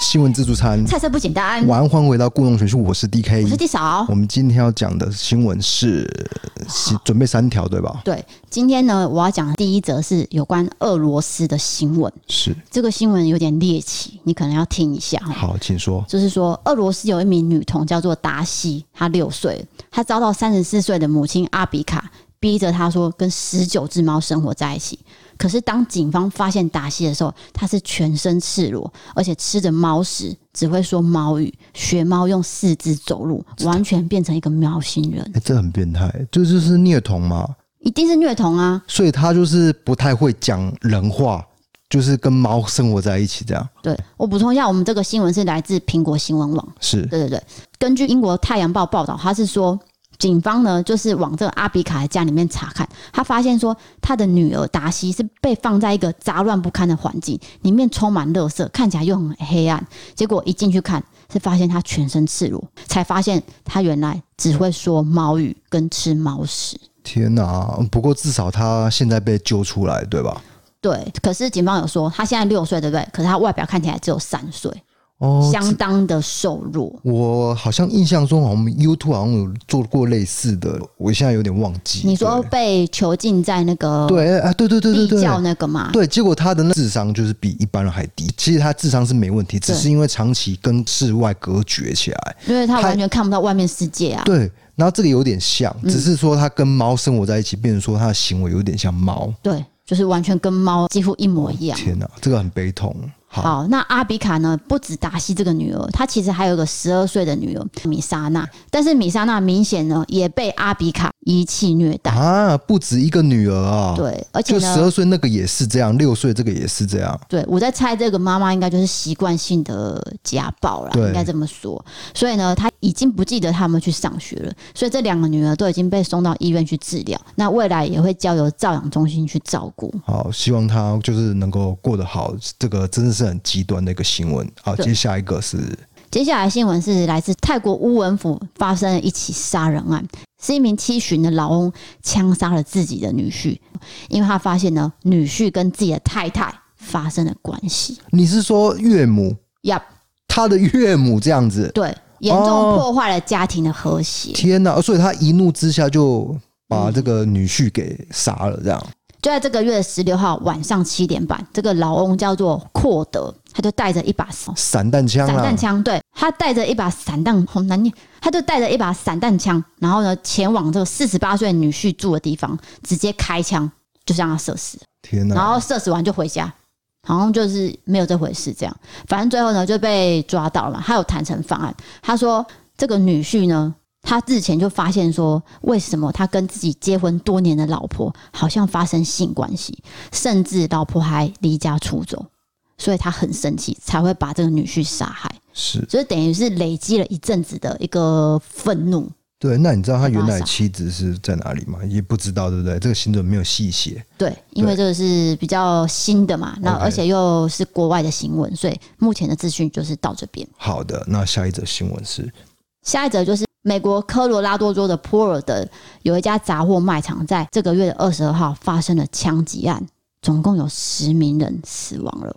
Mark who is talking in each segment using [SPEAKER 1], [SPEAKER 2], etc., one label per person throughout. [SPEAKER 1] 新闻自助餐，
[SPEAKER 2] 菜色不简单。
[SPEAKER 1] 晚安欢回到故弄玄虚，我是 D K，
[SPEAKER 2] 我是地嫂
[SPEAKER 1] 我。们今天要讲的新闻是是准备三条对吧？
[SPEAKER 2] 对，今天呢，我要讲的第一则是有关俄罗斯的新闻。
[SPEAKER 1] 是，
[SPEAKER 2] 这个新闻有点猎奇，你可能要听一下哈。
[SPEAKER 1] 好，请说。
[SPEAKER 2] 就是说，俄罗斯有一名女童叫做达西，她六岁，她遭到三十四岁的母亲阿比卡逼着她说跟十九只猫生活在一起。可是当警方发现达西的时候，她是全身赤裸，而且吃着猫食，只会说猫语，学猫用四肢走路，完全变成一个喵星人，
[SPEAKER 1] 哎、这很变态，这就是虐童嘛，
[SPEAKER 2] 一定是虐童啊！
[SPEAKER 1] 所以他就是不太会讲人话，就是跟猫生活在一起这样。
[SPEAKER 2] 对我补充一下，我们这个新闻是来自苹果新闻网。
[SPEAKER 1] 是，
[SPEAKER 2] 对对对，根据英国《太阳报》报道，他是说。警方呢，就是往这个阿比卡的家里面查看，他发现说他的女儿达西是被放在一个杂乱不堪的环境，里面充满垃圾，看起来又很黑暗。结果一进去看，是发现她全身赤裸，才发现她原来只会说猫语跟吃猫屎。
[SPEAKER 1] 天哪、不过至少他现在被揪出来，对吧？
[SPEAKER 2] 对，可是警方有说她现在六岁，对不对？可是她外表看起来只有三岁，
[SPEAKER 1] 哦，
[SPEAKER 2] 相当的瘦弱。
[SPEAKER 1] 我好像印象中，好像我们 YouTube 好像有做过类似的，我现在有点忘记。
[SPEAKER 2] 你说哦被囚禁在那个
[SPEAKER 1] 对对啊，对对对对
[SPEAKER 2] 地
[SPEAKER 1] 对，
[SPEAKER 2] 窖那个嘛？
[SPEAKER 1] 对，结果他的那智商就是比一般人还低。其实他智商是没问题，只是因为长期跟室外隔绝起来。
[SPEAKER 2] 因为他完全看不到外面世界啊。
[SPEAKER 1] 对，然后这个有点像，
[SPEAKER 2] 嗯
[SPEAKER 1] 只是说他跟猫生活在一起，变成说他的行为有点像猫。
[SPEAKER 2] 对，就是完全跟猫几乎一模一样。
[SPEAKER 1] 天哪、这个很悲痛。好，
[SPEAKER 2] 嗯好，那阿比卡呢？不止达西这个女儿，她其实还有一个十二岁的女儿米莎娜。但是米莎娜明显呢也被阿比卡遗弃虐待。
[SPEAKER 1] 啊，不止一个女儿啊，，
[SPEAKER 2] 对，而且
[SPEAKER 1] 就十
[SPEAKER 2] 呢，
[SPEAKER 1] 二岁那个也是这样，六岁这个也是这样。
[SPEAKER 2] 对我在猜这个妈妈应该就是习惯性的家暴啦，
[SPEAKER 1] 对
[SPEAKER 2] 应该这么说。所以呢，她已经不记得他们去上学了。所以这两个女儿都已经被送到医院去治疗，那未来也会交由照养中心去照顾。
[SPEAKER 1] 好，希望他就是能够过得好，这个真的是很极端的一个新闻。好，
[SPEAKER 2] 对
[SPEAKER 1] 接下一个是
[SPEAKER 2] 接下来新闻是来自泰国乌文府发生了一起杀人案，是一名七旬的老翁枪杀了自己的女婿，因为他发现呢女婿跟自己的太太发生了关系。
[SPEAKER 1] 你是说岳母，
[SPEAKER 2] 呀、
[SPEAKER 1] 他的岳母这样子？
[SPEAKER 2] 对，严重
[SPEAKER 1] 哦
[SPEAKER 2] 破坏了家庭的和谐。
[SPEAKER 1] 天呐！所以他一怒之下就把这个女婿给杀了，这样。
[SPEAKER 2] 就在这个月十六号晚上七点半，这个老翁叫做阔德，他就带着一把伞
[SPEAKER 1] 散弹枪啊
[SPEAKER 2] 散
[SPEAKER 1] 啦
[SPEAKER 2] 弹，枪，对他带着一把散弹，好难念，他就带着一把散弹枪，然后呢前往这个四十八岁女婿住的地方，直接开枪，就让他射死，
[SPEAKER 1] 天
[SPEAKER 2] 然
[SPEAKER 1] 呐！
[SPEAKER 2] 后射死完就回家。好像就是没有这回事，这样，反正最后呢就被抓到了嘛。他有谈成方案，他说这个女婿呢，他日前就发现说，为什么他跟自己结婚多年的老婆好像发生性关系，甚至老婆还离家出走，所以他很生气，才会把这个女婿杀害。
[SPEAKER 1] 是
[SPEAKER 2] 所以等于是累积了一阵子的一个愤怒。
[SPEAKER 1] 对。那你知道他原
[SPEAKER 2] 把他
[SPEAKER 1] 来
[SPEAKER 2] 杀
[SPEAKER 1] 妻子是在哪里吗？也不知道，对不对？这个新闻没有细写。
[SPEAKER 2] 对，因为这个是比较新的嘛，那
[SPEAKER 1] OK
[SPEAKER 2] 而且又是国外的新闻，所以目前的资讯就是到这边。
[SPEAKER 1] 好的，那下一则新闻是
[SPEAKER 2] 下一则就是美国科罗拉多州的波尔德有一家杂货卖场，在这个月的二十二号发生了枪击案，总共有十名人死亡了，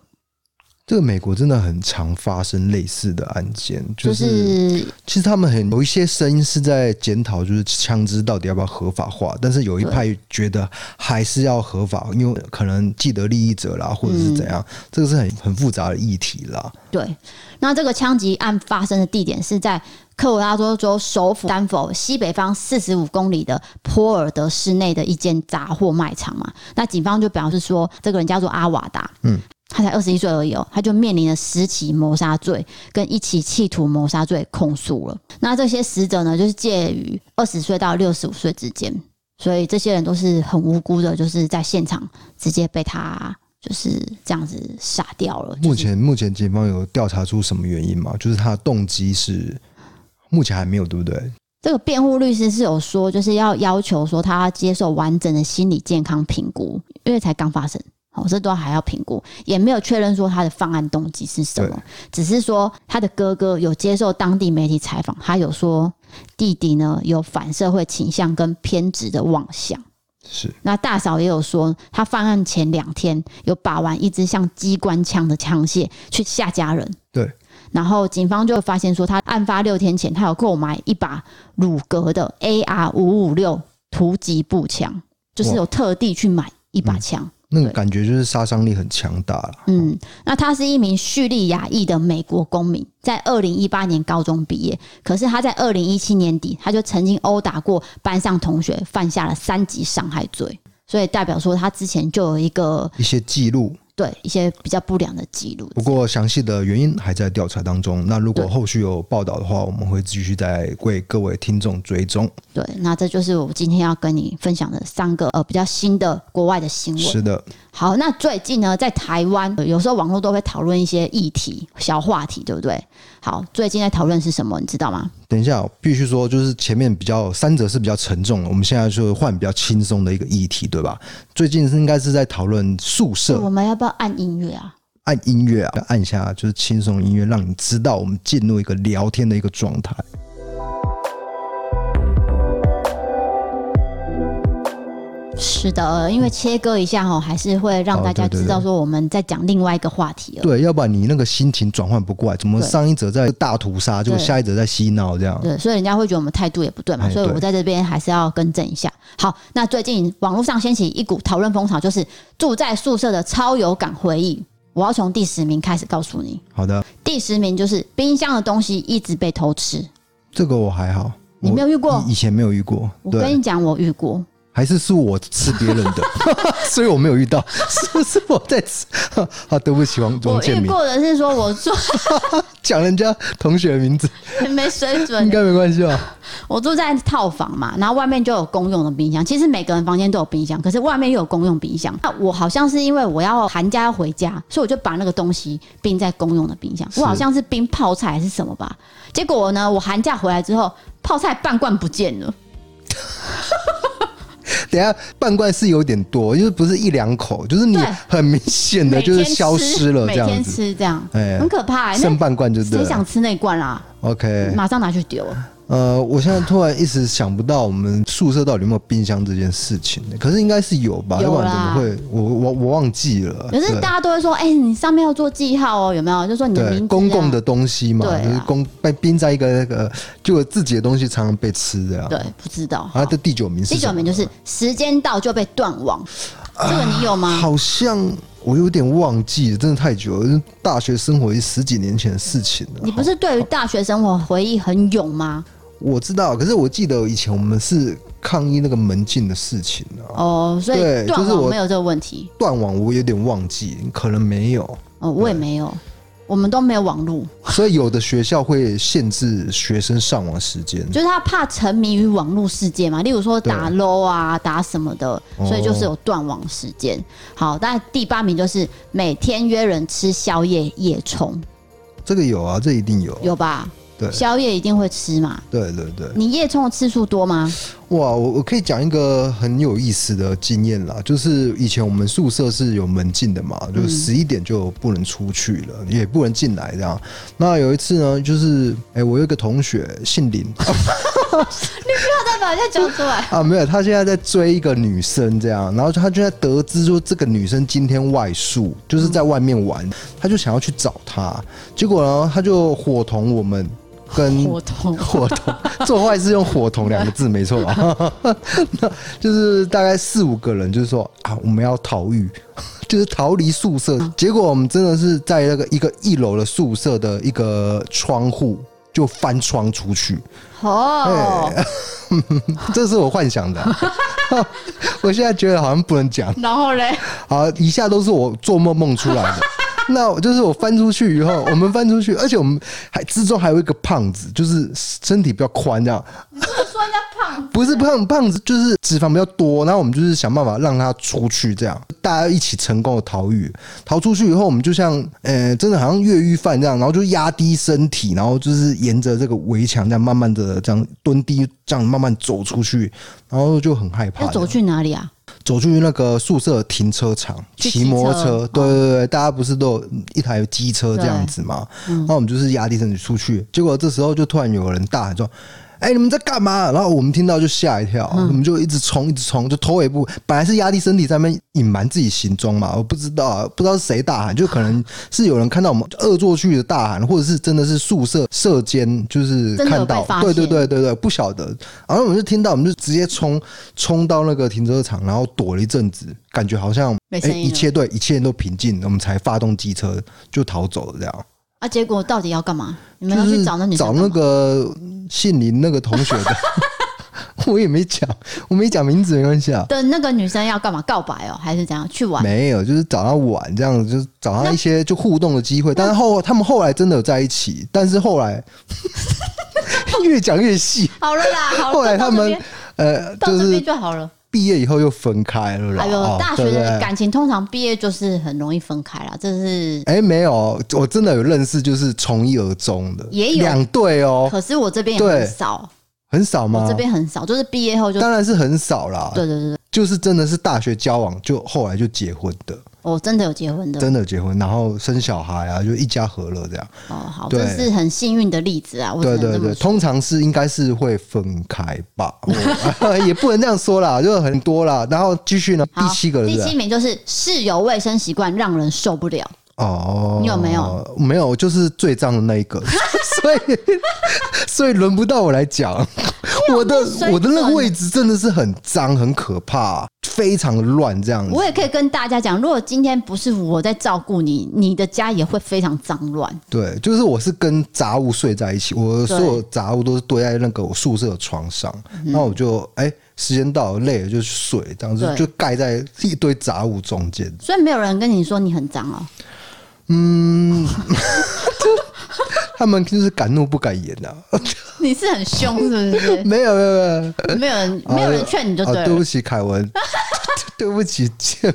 [SPEAKER 1] 这个美国真的很常发生类似的案件，
[SPEAKER 2] 就
[SPEAKER 1] 就是、
[SPEAKER 2] 是
[SPEAKER 1] 其实他们很有一些声音是在检讨，就是枪支到底要不要合法化，但是有一派觉得还是要合法，因为可能既得利益者啦，或者
[SPEAKER 2] 嗯
[SPEAKER 1] 是怎样，这个是很很复杂的议题啦。
[SPEAKER 2] 对，那这个枪击案发生的地点是在科罗拉多州首府丹佛西北方四十五公里的波尔德市内的一间杂货卖场嘛。那警方就表示说，这个人叫做阿瓦达，嗯，他才二十一岁而已哦，他就面临了十起谋杀罪跟一起企图谋杀罪控诉了。那这些死者呢，就是介于二十岁到六十五岁之间，所以这些人都是很无辜的，就是在现场直接被他。就是这样子杀掉了。就是
[SPEAKER 1] 目前目前警方有调查出什么原因吗？就是他的动机是目前还没有，对不对？
[SPEAKER 2] 这个辩护律师是有说，就是要要求说他要接受完整的心理健康评估，因为才刚发生，哦，这都还要评估，也没有确认说他的犯案动机是什么
[SPEAKER 1] 对，
[SPEAKER 2] 只是说他的哥哥有接受当地媒体采访，他有说弟弟呢有反社会倾向跟偏执的妄想。
[SPEAKER 1] 是
[SPEAKER 2] 那大嫂也有说，她犯案前两天有把玩一支像机关枪的枪械去吓家人。
[SPEAKER 1] 对，
[SPEAKER 2] 然后警方就发现说，他案发六天前，他有购买一把鲁格的 AR 五五六突击步枪，就是有特地去买一把枪。
[SPEAKER 1] 那个
[SPEAKER 2] 对
[SPEAKER 1] 感觉就是杀伤力很强大了。
[SPEAKER 2] 嗯，那他是一名叙利亚裔的美国公民，在二零一八年高中毕业，可是他在二零一七年底，他就曾经殴打过班上同学，犯下了三级伤害罪，所以代表说他之前就有一个
[SPEAKER 1] 一些记录，
[SPEAKER 2] 对一些比较不良的记录。
[SPEAKER 1] 不过详细的原因还在调查当中。那如果
[SPEAKER 2] 对
[SPEAKER 1] 后续有报道的话，我们会继续再为各位听众追踪。
[SPEAKER 2] 对，那这就是我今天要跟你分享的三个呃比较新的国外的新闻。
[SPEAKER 1] 是的，
[SPEAKER 2] 好，那最近呢，在台湾呃有时候网络都会讨论一些议题、小话题，对不对？好，最近在讨论是什么，你知道吗？
[SPEAKER 1] 等一下哦，必须说，就是前面比较三则是比较沉重的，我们现在就换比较轻松的一个议题，对吧？最近是应该是在讨论宿
[SPEAKER 2] 我
[SPEAKER 1] 舍
[SPEAKER 2] 们要不要按音乐啊？
[SPEAKER 1] 按音乐啊，按一下就是轻松音乐，让你知道我们进入一个聊天的一个状态。
[SPEAKER 2] 是的，呃因为切割一下哦，还是会让大家
[SPEAKER 1] 哦对对对
[SPEAKER 2] 知道说我们在讲另外一个话题了。
[SPEAKER 1] 对，要不然你那个心情转换不过来，怎么
[SPEAKER 2] 对
[SPEAKER 1] 上一则在大屠杀，就
[SPEAKER 2] 对
[SPEAKER 1] 下一则在嬉闹这样？
[SPEAKER 2] 对，所以人家会觉得我们态度也不对嘛，
[SPEAKER 1] 哎
[SPEAKER 2] 所以我
[SPEAKER 1] 对
[SPEAKER 2] 在这边还是要更正一下。好，那最近网络上掀起一股讨论风潮，就是住在宿舍的超有感回忆。我要从第十名开始告诉你，
[SPEAKER 1] 好的，
[SPEAKER 2] 第十名就是冰箱的东西一直被偷吃。
[SPEAKER 1] 这个我还好，
[SPEAKER 2] 你
[SPEAKER 1] 我
[SPEAKER 2] 没有遇过
[SPEAKER 1] 以以前没有遇过，
[SPEAKER 2] 我跟
[SPEAKER 1] 对，
[SPEAKER 2] 你讲，我遇过，
[SPEAKER 1] 还是是我吃别人 的， 所以我没有遇到， 是是我在吃。 啊，对不起，王王
[SPEAKER 2] 我
[SPEAKER 1] 建
[SPEAKER 2] 遇
[SPEAKER 1] 民，
[SPEAKER 2] 过的是说我住
[SPEAKER 1] 讲人家同学的名字
[SPEAKER 2] 没水
[SPEAKER 1] 应
[SPEAKER 2] 准，
[SPEAKER 1] 该没关系吧？
[SPEAKER 2] 我住在套房嘛，然后外面就有公用的冰箱。其实每个人房间都有冰箱，可是外面又有公用冰箱。那我好像是因为我要寒假要回家，所以我就把那个东西冰在公用的冰箱。
[SPEAKER 1] 是
[SPEAKER 2] 我好像是冰泡菜还是什么吧。结果呢，我寒假回来之后，泡菜半罐不见了。
[SPEAKER 1] 等一下半罐是有点多，就是不是一两口，就是你
[SPEAKER 2] 对
[SPEAKER 1] 很明显的
[SPEAKER 2] 每
[SPEAKER 1] 就是
[SPEAKER 2] 天
[SPEAKER 1] 消失了
[SPEAKER 2] 每
[SPEAKER 1] 这样
[SPEAKER 2] 天
[SPEAKER 1] 子，
[SPEAKER 2] 吃这样，
[SPEAKER 1] 哎
[SPEAKER 2] 很可怕、欸。
[SPEAKER 1] 剩
[SPEAKER 2] 那
[SPEAKER 1] 半罐就对
[SPEAKER 2] 谁想
[SPEAKER 1] 了。哎
[SPEAKER 2] 吃那一罐啦？
[SPEAKER 1] OK，
[SPEAKER 2] 马上拿去丢。
[SPEAKER 1] 呃，我现在突然一时想不到我们宿舍到底有没有冰箱这件事情呢，可是应该是有吧，
[SPEAKER 2] 有
[SPEAKER 1] 要不然怎么
[SPEAKER 2] 啦
[SPEAKER 1] 会？我我我忘记了。
[SPEAKER 2] 可是
[SPEAKER 1] 对
[SPEAKER 2] 大家都会说，哎、你上面要做记号哦，有没有？就说你的
[SPEAKER 1] 对
[SPEAKER 2] 名字、啊、
[SPEAKER 1] 公共的东西嘛，
[SPEAKER 2] 对啊
[SPEAKER 1] 就是公被冰在一个那个，就自己的东西常常被吃这样。
[SPEAKER 2] 对，不知道。
[SPEAKER 1] 啊，这第九名是
[SPEAKER 2] 第
[SPEAKER 1] 什么
[SPEAKER 2] 九
[SPEAKER 1] 啊
[SPEAKER 2] 名就是时间到就被断网，这个你有吗？
[SPEAKER 1] 好像我有点忘记了，真的太久了，因为大学生活也十几年前的事情了。
[SPEAKER 2] 你不是对于大学生活回忆很勇吗？
[SPEAKER 1] 我知道，可是我记得以前我们是抗议那个门禁的事情啊，
[SPEAKER 2] 哦，所以
[SPEAKER 1] 对
[SPEAKER 2] 断
[SPEAKER 1] 就是
[SPEAKER 2] 网
[SPEAKER 1] 我
[SPEAKER 2] 没有这个问题。
[SPEAKER 1] 断网我有点忘记，可能没有。
[SPEAKER 2] 哦，我也没有，我们都没有网路，
[SPEAKER 1] 所以有的学校会限制学生上网时间，
[SPEAKER 2] 就是他怕沉迷于网络世界嘛，例如说打 LO 啊，打什么的，
[SPEAKER 1] 哦
[SPEAKER 2] 所以就是有断网时间。好，但第八名就是每天约人吃宵夜夜冲，
[SPEAKER 1] 这个有啊，这一定有。
[SPEAKER 2] 有吧？
[SPEAKER 1] 对
[SPEAKER 2] 宵夜一定会吃嘛。
[SPEAKER 1] 对对对，
[SPEAKER 2] 你夜冲的次数多吗？
[SPEAKER 1] 哇，我我可以讲一个很有意思的经验啦，就是以前我们宿舍是有门禁的嘛，就十一点就不能出去了，也不能进来这样。那有一次呢，就是哎、我有一个同学姓林
[SPEAKER 2] 不要再把人家讲出来。
[SPEAKER 1] 啊，没有，他现在在追一个女生这样，然后他就在得知说这个女生今天外宿，就是在外面玩，他就想要去找她，结果呢，他就伙同我们跟
[SPEAKER 2] 活动
[SPEAKER 1] 火筒，做坏事用“火筒”两个字，没错吧？ 那就是大概四五个人，就是说啊，我们要逃狱，就是逃离宿舍。结果我们真的是在那个一个一楼的宿舍的一个窗户就翻窗出去，
[SPEAKER 2] 哦，
[SPEAKER 1] 这是我幻想的 啊、我现在觉得好像不能讲，
[SPEAKER 2] 然后嘞，
[SPEAKER 1] 好，啊以下都是我做梦梦出来 的。那我就是我翻出去以后，我们翻出去，而且我们还之中还有一个胖子，就是身体比较宽这样，
[SPEAKER 2] 说人家胖啊
[SPEAKER 1] 不是胖胖子，就是脂肪比较多，然后我们就是想办法让他出去，这样大家一起成功的逃狱。逃出去以后，我们就像呃，真的好像越狱犯这样，然后就压低身体，然后就是沿着这个围墙这样慢慢的这样蹲低，这样慢慢走出去，然后就很害怕
[SPEAKER 2] 要
[SPEAKER 1] 这样。
[SPEAKER 2] 走去哪里啊？
[SPEAKER 1] 走去那个宿舍停车场
[SPEAKER 2] 去
[SPEAKER 1] 骑
[SPEAKER 2] 骑
[SPEAKER 1] 摩托
[SPEAKER 2] 车哦
[SPEAKER 1] 车，对对对，大家不是都有一台机车这样子嘛？那我们就是压低身子出去，结果这时候就突然有人大喊说：“哎、哎、你们在干嘛？”然后我们听到就吓一跳，
[SPEAKER 2] 嗯
[SPEAKER 1] 我们就一直冲，一直冲，就头尾部本来是压低身体在那边隐瞒自己行踪嘛，我不知道啊，不知道是谁大喊，就可能是有人看到我们恶作剧的大喊，或者是真的是宿舍舍监就是
[SPEAKER 2] 真的有
[SPEAKER 1] 看
[SPEAKER 2] 被
[SPEAKER 1] 到
[SPEAKER 2] 发，
[SPEAKER 1] 对对
[SPEAKER 2] 现
[SPEAKER 1] 对对对，不晓得。然后我们就听到，我们就直接冲冲到那个停车场，然后躲了一阵子，感觉好像
[SPEAKER 2] 没
[SPEAKER 1] 哎、
[SPEAKER 2] 声音了
[SPEAKER 1] 一切对一切都平静，我们才发动机车就逃走了这样。
[SPEAKER 2] 啊，结果到底要干嘛？你们
[SPEAKER 1] 就
[SPEAKER 2] 要去
[SPEAKER 1] 是
[SPEAKER 2] 找那女生
[SPEAKER 1] 找
[SPEAKER 2] 干嘛
[SPEAKER 1] 那个姓林那个同学 的，我也没讲，我没讲名字没关系啊。
[SPEAKER 2] 的那个女生要干嘛？告白哦，还是怎样去玩？
[SPEAKER 1] 没有，就是找他玩这样子，就是找他一些就互动的机会。但是后他们后来真的有在一起，但是后来 越讲越细。
[SPEAKER 2] 好了啦，好了，
[SPEAKER 1] 后来
[SPEAKER 2] 哦到
[SPEAKER 1] 他
[SPEAKER 2] 这
[SPEAKER 1] 们
[SPEAKER 2] 边
[SPEAKER 1] 呃，
[SPEAKER 2] 到
[SPEAKER 1] 就
[SPEAKER 2] 这
[SPEAKER 1] 是
[SPEAKER 2] 边就好了。
[SPEAKER 1] 毕业以后又分开了啦。
[SPEAKER 2] 哎呦
[SPEAKER 1] 哦，
[SPEAKER 2] 大学
[SPEAKER 1] 对不
[SPEAKER 2] 的
[SPEAKER 1] 对
[SPEAKER 2] 感情通常毕业就是很容易分开啦，这是。
[SPEAKER 1] 哎、没有，我真的有认识，就是从一而终的，
[SPEAKER 2] 也有
[SPEAKER 1] 两对哦，
[SPEAKER 2] 可是我这边也
[SPEAKER 1] 对
[SPEAKER 2] 很少，
[SPEAKER 1] 很少
[SPEAKER 2] 我
[SPEAKER 1] 吗
[SPEAKER 2] 这？边很少，就是毕业后就
[SPEAKER 1] 当然是很少啦。
[SPEAKER 2] 对对对对，
[SPEAKER 1] 就是真的是大学交往，就后来就结婚的，
[SPEAKER 2] 我哦真的有结婚的
[SPEAKER 1] 真的有结婚，然后生小孩啊，就一家和乐这样。
[SPEAKER 2] 哦，好，
[SPEAKER 1] 对
[SPEAKER 2] 这是很幸运的例子啊，我
[SPEAKER 1] 对
[SPEAKER 2] 只能
[SPEAKER 1] 对
[SPEAKER 2] 这么
[SPEAKER 1] 对，
[SPEAKER 2] 说。
[SPEAKER 1] 通常是应该是会分开吧，我 也不能这样说啦，就很多啦。然后继续呢，
[SPEAKER 2] 好
[SPEAKER 1] 第七个
[SPEAKER 2] 第
[SPEAKER 1] 是啊
[SPEAKER 2] 七名就是室友卫生习惯让人受不了，
[SPEAKER 1] 哦，
[SPEAKER 2] 你有没有？
[SPEAKER 1] 没有，我就是最脏的那一个， 所以所以轮不到我来讲。我的
[SPEAKER 2] 水准
[SPEAKER 1] 我的那个位置真的是很脏，很可怕，非常的乱这样子。
[SPEAKER 2] 我也可以跟大家讲，如果今天不是我在照顾你，你的家也会非常脏乱。
[SPEAKER 1] 对，就是我是跟杂物睡在一起，我的
[SPEAKER 2] 对
[SPEAKER 1] 所有杂物都是堆在那个我宿舍的床上，
[SPEAKER 2] 嗯
[SPEAKER 1] 那我就哎、时间到了累了就去睡，这样子
[SPEAKER 2] 对
[SPEAKER 1] 就盖在一堆杂物中间。
[SPEAKER 2] 所以没有人跟你说你很脏哦，
[SPEAKER 1] 他们就是敢怒不敢言呐、啊，
[SPEAKER 2] 你是很凶是不 是？
[SPEAKER 1] 没有没有没有，
[SPEAKER 2] 没有人没有人劝你就对
[SPEAKER 1] 哦，对
[SPEAKER 2] 了
[SPEAKER 1] 不，起凯 文，对不起健，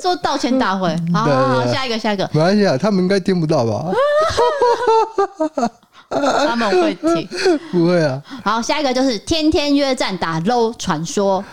[SPEAKER 2] 做道歉大会。好好好，
[SPEAKER 1] 对对
[SPEAKER 2] 下一个下一个，
[SPEAKER 1] 没关系啊，他们应该听不到
[SPEAKER 2] 啊
[SPEAKER 1] 吧？
[SPEAKER 2] 他们会 听。
[SPEAKER 1] 不会啊，
[SPEAKER 2] 好，下一个就是天天约战打 LO 传说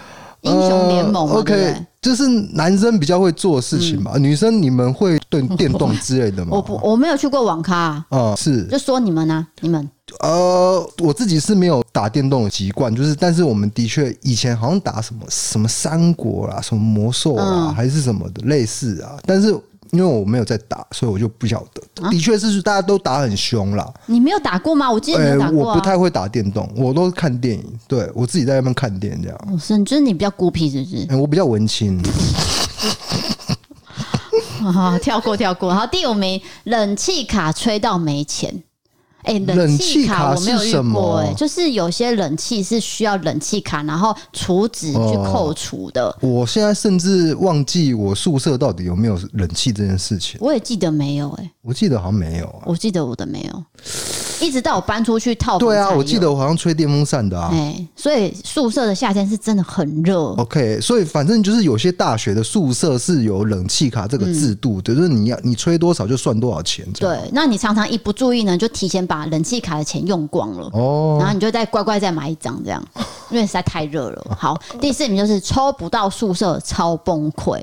[SPEAKER 2] 英雄联盟嘛，
[SPEAKER 1] 呃 OK，
[SPEAKER 2] 对不对？嗯
[SPEAKER 1] 就是男生比较会做事情嘛，女生你们会对电动之类的吗？
[SPEAKER 2] 我不，我没有去过网咖啊、
[SPEAKER 1] 啊、是
[SPEAKER 2] 就说你们呢、你们
[SPEAKER 1] 呃，我自己是没有打电动的习惯，就是，但是我们的确以前好像打什么什么三国啦，什么魔兽啦，
[SPEAKER 2] 嗯
[SPEAKER 1] 还是什么的类似啊，但是因为我没有在打，所以我就不晓
[SPEAKER 2] 啊
[SPEAKER 1] 得。的确是大家都打很凶啦，
[SPEAKER 2] 你没有打过吗？我记得你
[SPEAKER 1] 呃
[SPEAKER 2] 有打过
[SPEAKER 1] 我
[SPEAKER 2] 啊。
[SPEAKER 1] 不太会打电动，我都是看电影，对我自己在那边看电影这样。
[SPEAKER 2] 哦是，就是你比较孤僻，是不是？
[SPEAKER 1] 哎我比较文青，
[SPEAKER 2] 好好 跳过跳过。好，第五名，冷气卡吹到没钱。哎、冷气
[SPEAKER 1] 冷气卡
[SPEAKER 2] 卡我没有
[SPEAKER 1] 是
[SPEAKER 2] 遇
[SPEAKER 1] 什
[SPEAKER 2] 过、
[SPEAKER 1] 么
[SPEAKER 2] 哎，就是有些冷气是需要冷气卡，然后储值去扣除的。
[SPEAKER 1] 我现在甚至忘记我宿舍到底有没有冷气这件事情，
[SPEAKER 2] 我也记得没有、哎，
[SPEAKER 1] 我记得好像没有啊。
[SPEAKER 2] 我记得我的没有，一直到我搬出去套房
[SPEAKER 1] 对啊，
[SPEAKER 2] 才
[SPEAKER 1] 我记
[SPEAKER 2] 有
[SPEAKER 1] 得我好像吹电风扇的啊。
[SPEAKER 2] 哎、所以宿舍的夏天是真的很热。
[SPEAKER 1] OK，所以反正就是有些大学的宿舍是有冷气卡这个制度的，就是你要你吹多少就算多少钱。这样，
[SPEAKER 2] 对，那你常常一不注意呢，就提前把冷气卡的钱用光了，然
[SPEAKER 1] 哦，
[SPEAKER 2] 后你就再乖乖再买一张这样，因为实在太热
[SPEAKER 1] 哦
[SPEAKER 2] 了。好，第四名就是抽不到宿舍超崩溃。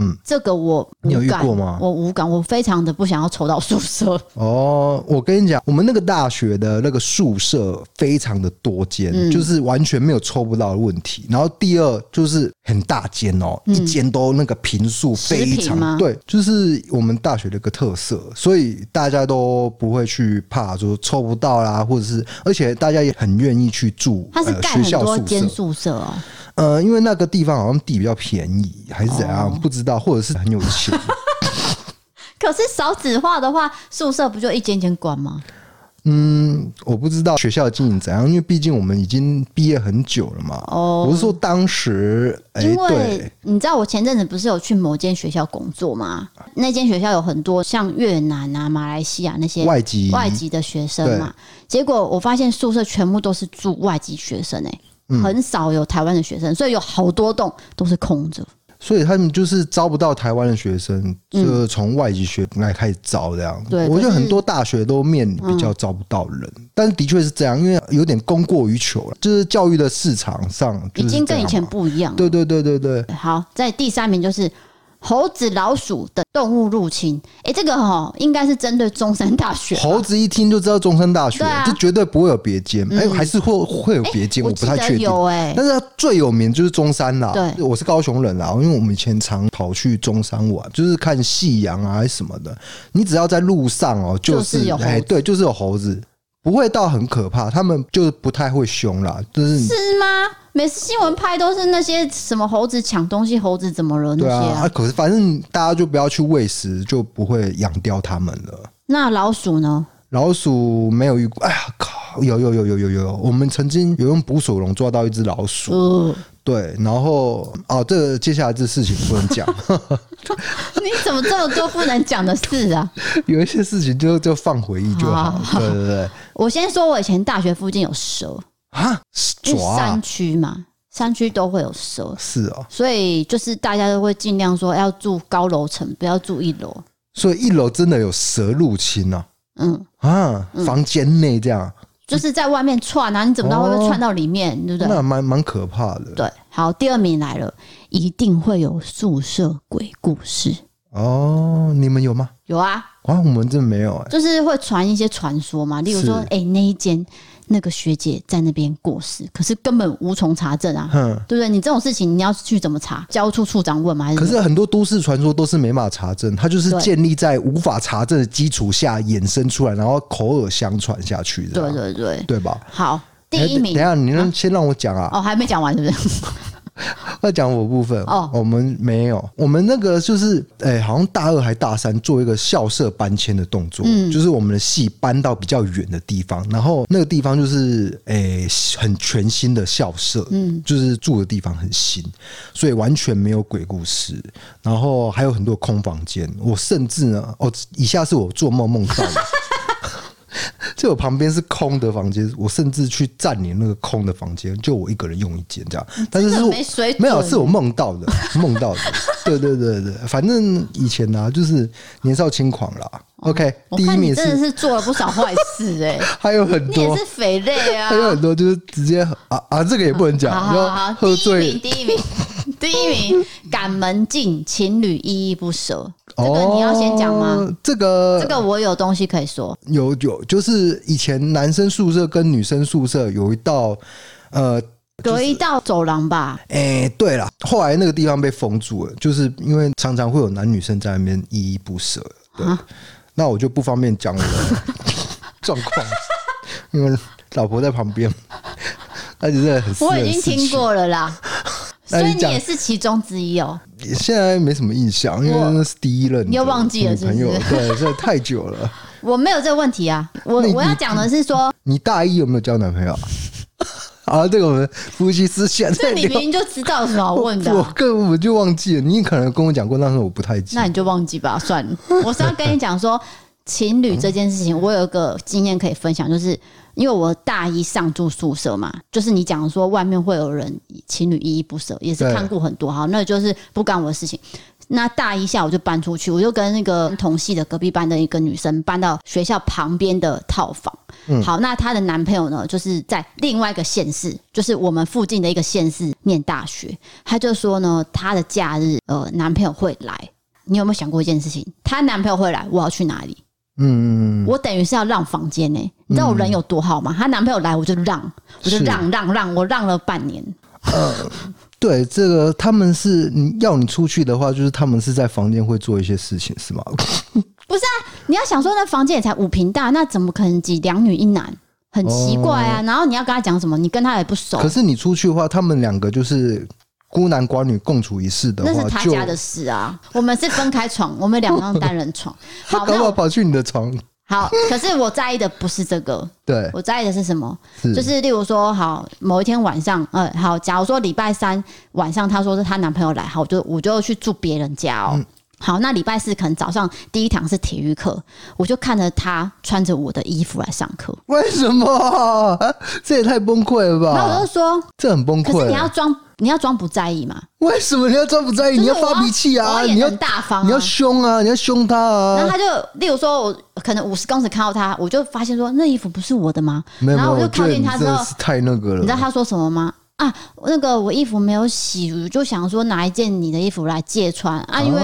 [SPEAKER 2] 嗯，这个我
[SPEAKER 1] 你有
[SPEAKER 2] 无
[SPEAKER 1] 遇
[SPEAKER 2] 感
[SPEAKER 1] 过吗
[SPEAKER 2] 我无感，我非常的不想要抽到宿舍。
[SPEAKER 1] 哦，我跟你讲，我们那个大学的那个宿舍非常的多间，
[SPEAKER 2] 嗯
[SPEAKER 1] 就是完全没有抽不到的问题。然后第二就是很大间哦，一间都那个平数非
[SPEAKER 2] 十平嗯吗
[SPEAKER 1] 常对，就是我们大学的一个特色，所以大家都不会去怕说抽不到啦，或者是而且大家也很愿意去住
[SPEAKER 2] 它是
[SPEAKER 1] 呃
[SPEAKER 2] 盖
[SPEAKER 1] 学
[SPEAKER 2] 很
[SPEAKER 1] 校
[SPEAKER 2] 多
[SPEAKER 1] 宿
[SPEAKER 2] 间
[SPEAKER 1] 舍。
[SPEAKER 2] 宿舍哦，
[SPEAKER 1] 呃，因为那个地方好像地比较便宜，还是怎样，
[SPEAKER 2] 哦
[SPEAKER 1] 不知道，或者是很有钱。
[SPEAKER 2] 可是少子化的话，宿舍不就一间间关吗？
[SPEAKER 1] 嗯，我不知道学校的经营怎样，因为毕竟我们已经毕业很久了嘛。
[SPEAKER 2] 哦
[SPEAKER 1] 我是说当时，哎、
[SPEAKER 2] 因为
[SPEAKER 1] 对，
[SPEAKER 2] 你知道我前阵子不是有去某间学校工作吗？那间学校有很多像越南啊、马来西亚那些
[SPEAKER 1] 外籍
[SPEAKER 2] 外籍的学生嘛。结果我发现宿舍全部都是住外籍学生、欸，
[SPEAKER 1] 嗯
[SPEAKER 2] 很少有台湾的学生，所以有好多栋都是空着。
[SPEAKER 1] 所以他们就是招不到台湾的学生，就是从外籍学来开始招这样。
[SPEAKER 2] 对
[SPEAKER 1] 我觉得
[SPEAKER 2] 可是嗯
[SPEAKER 1] 很多大学都面临比较招不到人，但是的确是这样，因为有点供过于求了，就是教育的市场上就是
[SPEAKER 2] 已经
[SPEAKER 1] 这
[SPEAKER 2] 跟以
[SPEAKER 1] 样
[SPEAKER 2] 前
[SPEAKER 1] 嘛
[SPEAKER 2] 不一样了。
[SPEAKER 1] 对对对对对，
[SPEAKER 2] 好，在第三名就是猴子、老鼠等动物入侵。哎、这个哦，应该是针对中山大学吧。
[SPEAKER 1] 猴子一听就知道中山大学，
[SPEAKER 2] 对啊嗯
[SPEAKER 1] 这绝对不会有别间。哎、还是会会有别间，
[SPEAKER 2] 我
[SPEAKER 1] 不太
[SPEAKER 2] 记得
[SPEAKER 1] 确定。
[SPEAKER 2] 有哎、
[SPEAKER 1] 但是它最有名就是中山啦。
[SPEAKER 2] 对
[SPEAKER 1] 我是高雄人啦，因为我们以前常跑去中山玩，就是看夕阳啊还是什么的。你只要在路上哦、就
[SPEAKER 2] 就是是有猴子
[SPEAKER 1] 哎、对，就是有猴子，不会到很可怕，他们就是不太会凶啦，就是你
[SPEAKER 2] 是啊吗？每次新闻拍都是那些什么猴子抢东西，猴子怎么了那
[SPEAKER 1] 对
[SPEAKER 2] 些
[SPEAKER 1] 啊
[SPEAKER 2] 啊？
[SPEAKER 1] 啊，可是反正大家就不要去喂食，就不会养掉它们了。
[SPEAKER 2] 那老鼠呢？
[SPEAKER 1] 老鼠没有遇过，哎呀靠！有有有有有有有，我们曾经有用捕鼠笼抓到一只老鼠，
[SPEAKER 2] 呃，
[SPEAKER 1] 对，然后哦，这个接下来这事情不能讲，
[SPEAKER 2] 你怎么这么多不能讲的事啊？
[SPEAKER 1] 有一些事情就就放回忆就好，
[SPEAKER 2] 好
[SPEAKER 1] 对对对，
[SPEAKER 2] 我先说，我以前大学附近有蛇，
[SPEAKER 1] 啊，
[SPEAKER 2] 因为
[SPEAKER 1] 爪啊
[SPEAKER 2] 山区嘛，山区都会有蛇，
[SPEAKER 1] 是哦，
[SPEAKER 2] 所以就是大家都会尽量说要住高楼层，不要住一楼。
[SPEAKER 1] 所以一楼真的有蛇入侵哦，
[SPEAKER 2] 嗯，
[SPEAKER 1] 啊，房间内这样，
[SPEAKER 2] 就是在外面窜啊，你怎么知道会不会窜到里面，对不对？
[SPEAKER 1] 哦那蛮蛮可怕的
[SPEAKER 2] 对，好，第二名来了，一定会有宿舍鬼故事。
[SPEAKER 1] 哦。你们有吗？
[SPEAKER 2] 有啊，
[SPEAKER 1] 啊，我们这没有哎、
[SPEAKER 2] 就是会传一些传说嘛，例如说
[SPEAKER 1] 是，
[SPEAKER 2] 哎、那一间那个学姐在那边过世，可是根本无从查证啊，
[SPEAKER 1] 哼。
[SPEAKER 2] 对不对？你这种事情你要去怎么查？交处处长问吗？还是
[SPEAKER 1] 可是很多都市传说都是没法查证，它就是
[SPEAKER 2] 对
[SPEAKER 1] 建立在无法查证的基础下衍生出来，然后口耳相传下去的啊、
[SPEAKER 2] 对对对，
[SPEAKER 1] 对吧？
[SPEAKER 2] 好，第
[SPEAKER 1] 哎
[SPEAKER 2] 一名
[SPEAKER 1] 等一下你能先让我讲啊，
[SPEAKER 2] 哦，还没讲完是不是？
[SPEAKER 1] 要讲我部分
[SPEAKER 2] 哦
[SPEAKER 1] 我们没有，我们那个就是，哎、好像大二还大三做一个校舍搬迁的动作，就是我们的系搬到比较远的地方，然后那个地方就是，哎、很全新的校舍，嗯，就是住的地方很新，所以完全没有鬼故事，然后还有很多空房间，我甚至呢，哦，以下是我做梦梦到的。 就我旁边是空的房间，我甚至去占领那个空的房间，就我一个人用一间这样。但是
[SPEAKER 2] 真
[SPEAKER 1] 是
[SPEAKER 2] 的
[SPEAKER 1] 我
[SPEAKER 2] 没水准
[SPEAKER 1] 没有是我梦到的，梦到的。 对对对对，反正以前呢、啊、就是年少轻狂啦。OK，
[SPEAKER 2] 哦我
[SPEAKER 1] 第一
[SPEAKER 2] 看你
[SPEAKER 1] 名
[SPEAKER 2] 真的
[SPEAKER 1] 是
[SPEAKER 2] 是做了不少坏事哎、
[SPEAKER 1] 还有 很
[SPEAKER 2] 你也
[SPEAKER 1] 多哎
[SPEAKER 2] 是，匪类啊
[SPEAKER 1] 还！有很多就是直接啊啊，这个也不能讲
[SPEAKER 2] 好，好好
[SPEAKER 1] 要
[SPEAKER 2] 好，
[SPEAKER 1] 喝
[SPEAKER 2] 第一
[SPEAKER 1] 醉
[SPEAKER 2] 名，第一名， 第一名，赶门禁，情侣依依不舍，这个
[SPEAKER 1] 哦。
[SPEAKER 2] 你要先讲吗？？
[SPEAKER 1] 这个
[SPEAKER 2] 这个我有东西可以说，
[SPEAKER 1] 有有，就是以前男生宿舍跟女生宿舍有一道呃
[SPEAKER 2] 隔一道走廊吧，
[SPEAKER 1] 哎、对了，后来那个地方被封住了，就是因为常常会有男女生在那边依依不舍。对，
[SPEAKER 2] 啊
[SPEAKER 1] 那我就不方便讲我的 状况，因为老婆在旁边， 那真的很私
[SPEAKER 2] 我
[SPEAKER 1] 人的
[SPEAKER 2] 已经
[SPEAKER 1] 事
[SPEAKER 2] 听
[SPEAKER 1] 情。
[SPEAKER 2] 过了啦，所
[SPEAKER 1] 那
[SPEAKER 2] 以
[SPEAKER 1] 你
[SPEAKER 2] 你
[SPEAKER 1] 讲
[SPEAKER 2] 也是其中之一哦、
[SPEAKER 1] 现在没什么印象，因为那是第一任的
[SPEAKER 2] 你又忘记了
[SPEAKER 1] 女
[SPEAKER 2] 是不
[SPEAKER 1] 朋
[SPEAKER 2] 是
[SPEAKER 1] 友，对，这太久了。
[SPEAKER 2] 我没有这个问题啊，我
[SPEAKER 1] 那你
[SPEAKER 2] 我要讲的是 说，
[SPEAKER 1] 你大一有没有交男朋友啊？啊，这个我们夫妻私下再
[SPEAKER 2] 这你
[SPEAKER 1] 聊。
[SPEAKER 2] 明明就知道有什么好问 的
[SPEAKER 1] 我
[SPEAKER 2] 啊，
[SPEAKER 1] 根本就忘记了，你可能跟我讲过，但是我不太记得。
[SPEAKER 2] 那你就忘记吧，算了。我是要跟你讲 说，情侣这件事情，我有一个经验可以分享，就是因为我大一上住宿舍嘛，就是你讲说外面会有人情侣依依不舍，也是
[SPEAKER 1] 对
[SPEAKER 2] 看过很多，好，那就是不干我的事情。那大一下我就搬出去，我就跟那个同系的隔壁班的一个女生搬到学校旁边的套房。好，那她的男朋友呢，就是在另外一个县市，就是我们附近的一个县市念大学。她就说呢，她的假日呃男朋友会来。你有没有想过一件事情？她男朋友会来，我要去哪里？
[SPEAKER 1] 嗯，嗯嗯
[SPEAKER 2] 我等于是要让房间呢、你知道我人有多好吗？她男朋友来我就让，我就是让让让，我让了半年。
[SPEAKER 1] 对，这个他们是你要你出去的话，就是他们是在房间会做一些事情，是吗？
[SPEAKER 2] 不是啊，你要想说那房间也才五平大，那怎么可能挤两女一男？很奇怪啊。然后你要跟他讲什么，你跟他也不熟
[SPEAKER 1] 哦可，是你出去的话，他们两个就是孤男寡女共处一室的
[SPEAKER 2] 那是
[SPEAKER 1] 话，
[SPEAKER 2] 他
[SPEAKER 1] 就
[SPEAKER 2] 家的事啊。我们是分开 床，我们两张单 人床。好，
[SPEAKER 1] 搞
[SPEAKER 2] 那
[SPEAKER 1] 不好
[SPEAKER 2] 我
[SPEAKER 1] 跑去你的床。
[SPEAKER 2] 好，可是我在意的不是这 个，
[SPEAKER 1] 对，
[SPEAKER 2] 我在意的是什么？
[SPEAKER 1] 是
[SPEAKER 2] 就是例如说，好某一天晚上，呃，好，假如说礼拜三晚上，她说是她男朋友来，好，我就我就去住别人家
[SPEAKER 1] 嗯
[SPEAKER 2] 哦。好，那礼拜四可能早上第一堂是体育课，我就看着她穿着我的衣服来上课，
[SPEAKER 1] 为什么、啊这也太崩溃了
[SPEAKER 2] 然后我
[SPEAKER 1] 吧
[SPEAKER 2] 就！说，
[SPEAKER 1] 这很崩
[SPEAKER 2] 可
[SPEAKER 1] 溃
[SPEAKER 2] 是你。要装，你要装不在意嘛，
[SPEAKER 1] 为什么你要装不在意？
[SPEAKER 2] 就
[SPEAKER 1] 哎你
[SPEAKER 2] 是
[SPEAKER 1] 要
[SPEAKER 2] 我
[SPEAKER 1] 发脾气啊！
[SPEAKER 2] 我
[SPEAKER 1] 你
[SPEAKER 2] 也
[SPEAKER 1] 要
[SPEAKER 2] 很大方、啊，
[SPEAKER 1] 你要凶啊！你要凶他
[SPEAKER 2] 然
[SPEAKER 1] 啊！
[SPEAKER 2] 后他就，例如说，我可能五十公尺看到他，我就发现说，那衣服不是我的吗？
[SPEAKER 1] 没有
[SPEAKER 2] 然
[SPEAKER 1] 没
[SPEAKER 2] 后
[SPEAKER 1] 有，
[SPEAKER 2] 我就
[SPEAKER 1] 我觉得
[SPEAKER 2] 靠近
[SPEAKER 1] 你
[SPEAKER 2] 他
[SPEAKER 1] 真
[SPEAKER 2] 之
[SPEAKER 1] 的
[SPEAKER 2] 后，
[SPEAKER 1] 是太那个
[SPEAKER 2] 你知道
[SPEAKER 1] 了。
[SPEAKER 2] 他说什么吗？啊，那个我衣服没有洗，我就想说拿一件你的衣服来借穿啊，因为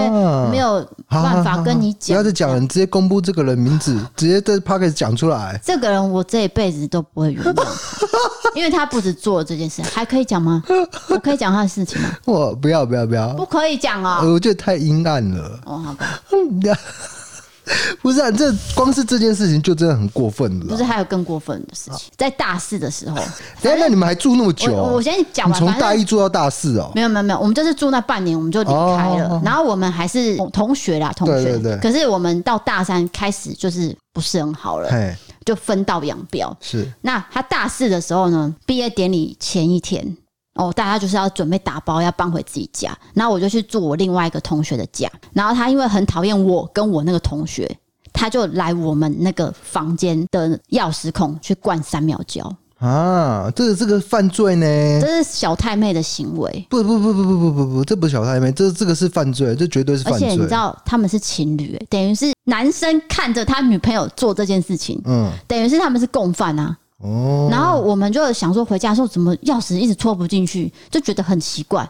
[SPEAKER 2] 没有办法跟你
[SPEAKER 1] 不
[SPEAKER 2] 讲。
[SPEAKER 1] 要再讲了，你直接公布这个人名 字，直接在 p o c k e t 讲出来。
[SPEAKER 2] 这个人我这一辈子都不会原谅， 因为他不止做了这件事，还可以讲吗？我可以讲他的事情吗？
[SPEAKER 1] 我不要不要不要，
[SPEAKER 2] 不可以讲
[SPEAKER 1] 呃
[SPEAKER 2] 哦。
[SPEAKER 1] 我觉得太阴暗了。
[SPEAKER 2] 哦，好吧，
[SPEAKER 1] 不是、啊，这光是这件事情就真的很过分了哎
[SPEAKER 2] 不
[SPEAKER 1] 啦。
[SPEAKER 2] 是还有更过分的事情，在大四的 时候，
[SPEAKER 1] 等一下，那你们还住那么
[SPEAKER 2] 我
[SPEAKER 1] 久？
[SPEAKER 2] 我我先讲
[SPEAKER 1] 啊你
[SPEAKER 2] 完，
[SPEAKER 1] 从
[SPEAKER 2] 反正
[SPEAKER 1] 大一住到大四哦、
[SPEAKER 2] 没有没有没有，我们就是住那半年，我们就离开了。
[SPEAKER 1] 哦
[SPEAKER 2] 然后我们还是同同学啦，同学。
[SPEAKER 1] 对对对
[SPEAKER 2] 可是我们到大三开始就是不是很好了，
[SPEAKER 1] 嘿，
[SPEAKER 2] 就分道扬镳。
[SPEAKER 1] 是
[SPEAKER 2] 那他大四的时候呢，毕业典礼前一天，哦，大家就是要准备打包要搬回自己家，然后我就去住我另外一个同学的家，然后他因为很讨厌我跟我那个同学，他就来我们那个房间的钥匙孔去灌三秒胶，
[SPEAKER 1] 啊，这个这个犯罪呢？
[SPEAKER 2] 这是小太妹的行为。
[SPEAKER 1] 不不不不不不不不，这不是小太妹，这这个是犯罪，这绝对是
[SPEAKER 2] 而
[SPEAKER 1] 犯
[SPEAKER 2] 且你
[SPEAKER 1] 罪
[SPEAKER 2] 知。道他们是情侣、欸，等于是男生看着他女朋友做这件事情，
[SPEAKER 1] 嗯，
[SPEAKER 2] 等于是他们是共犯啊。
[SPEAKER 1] 哦，
[SPEAKER 2] 然后我们就想说回家的时候怎么钥匙一直戳不进去，就觉得很奇怪。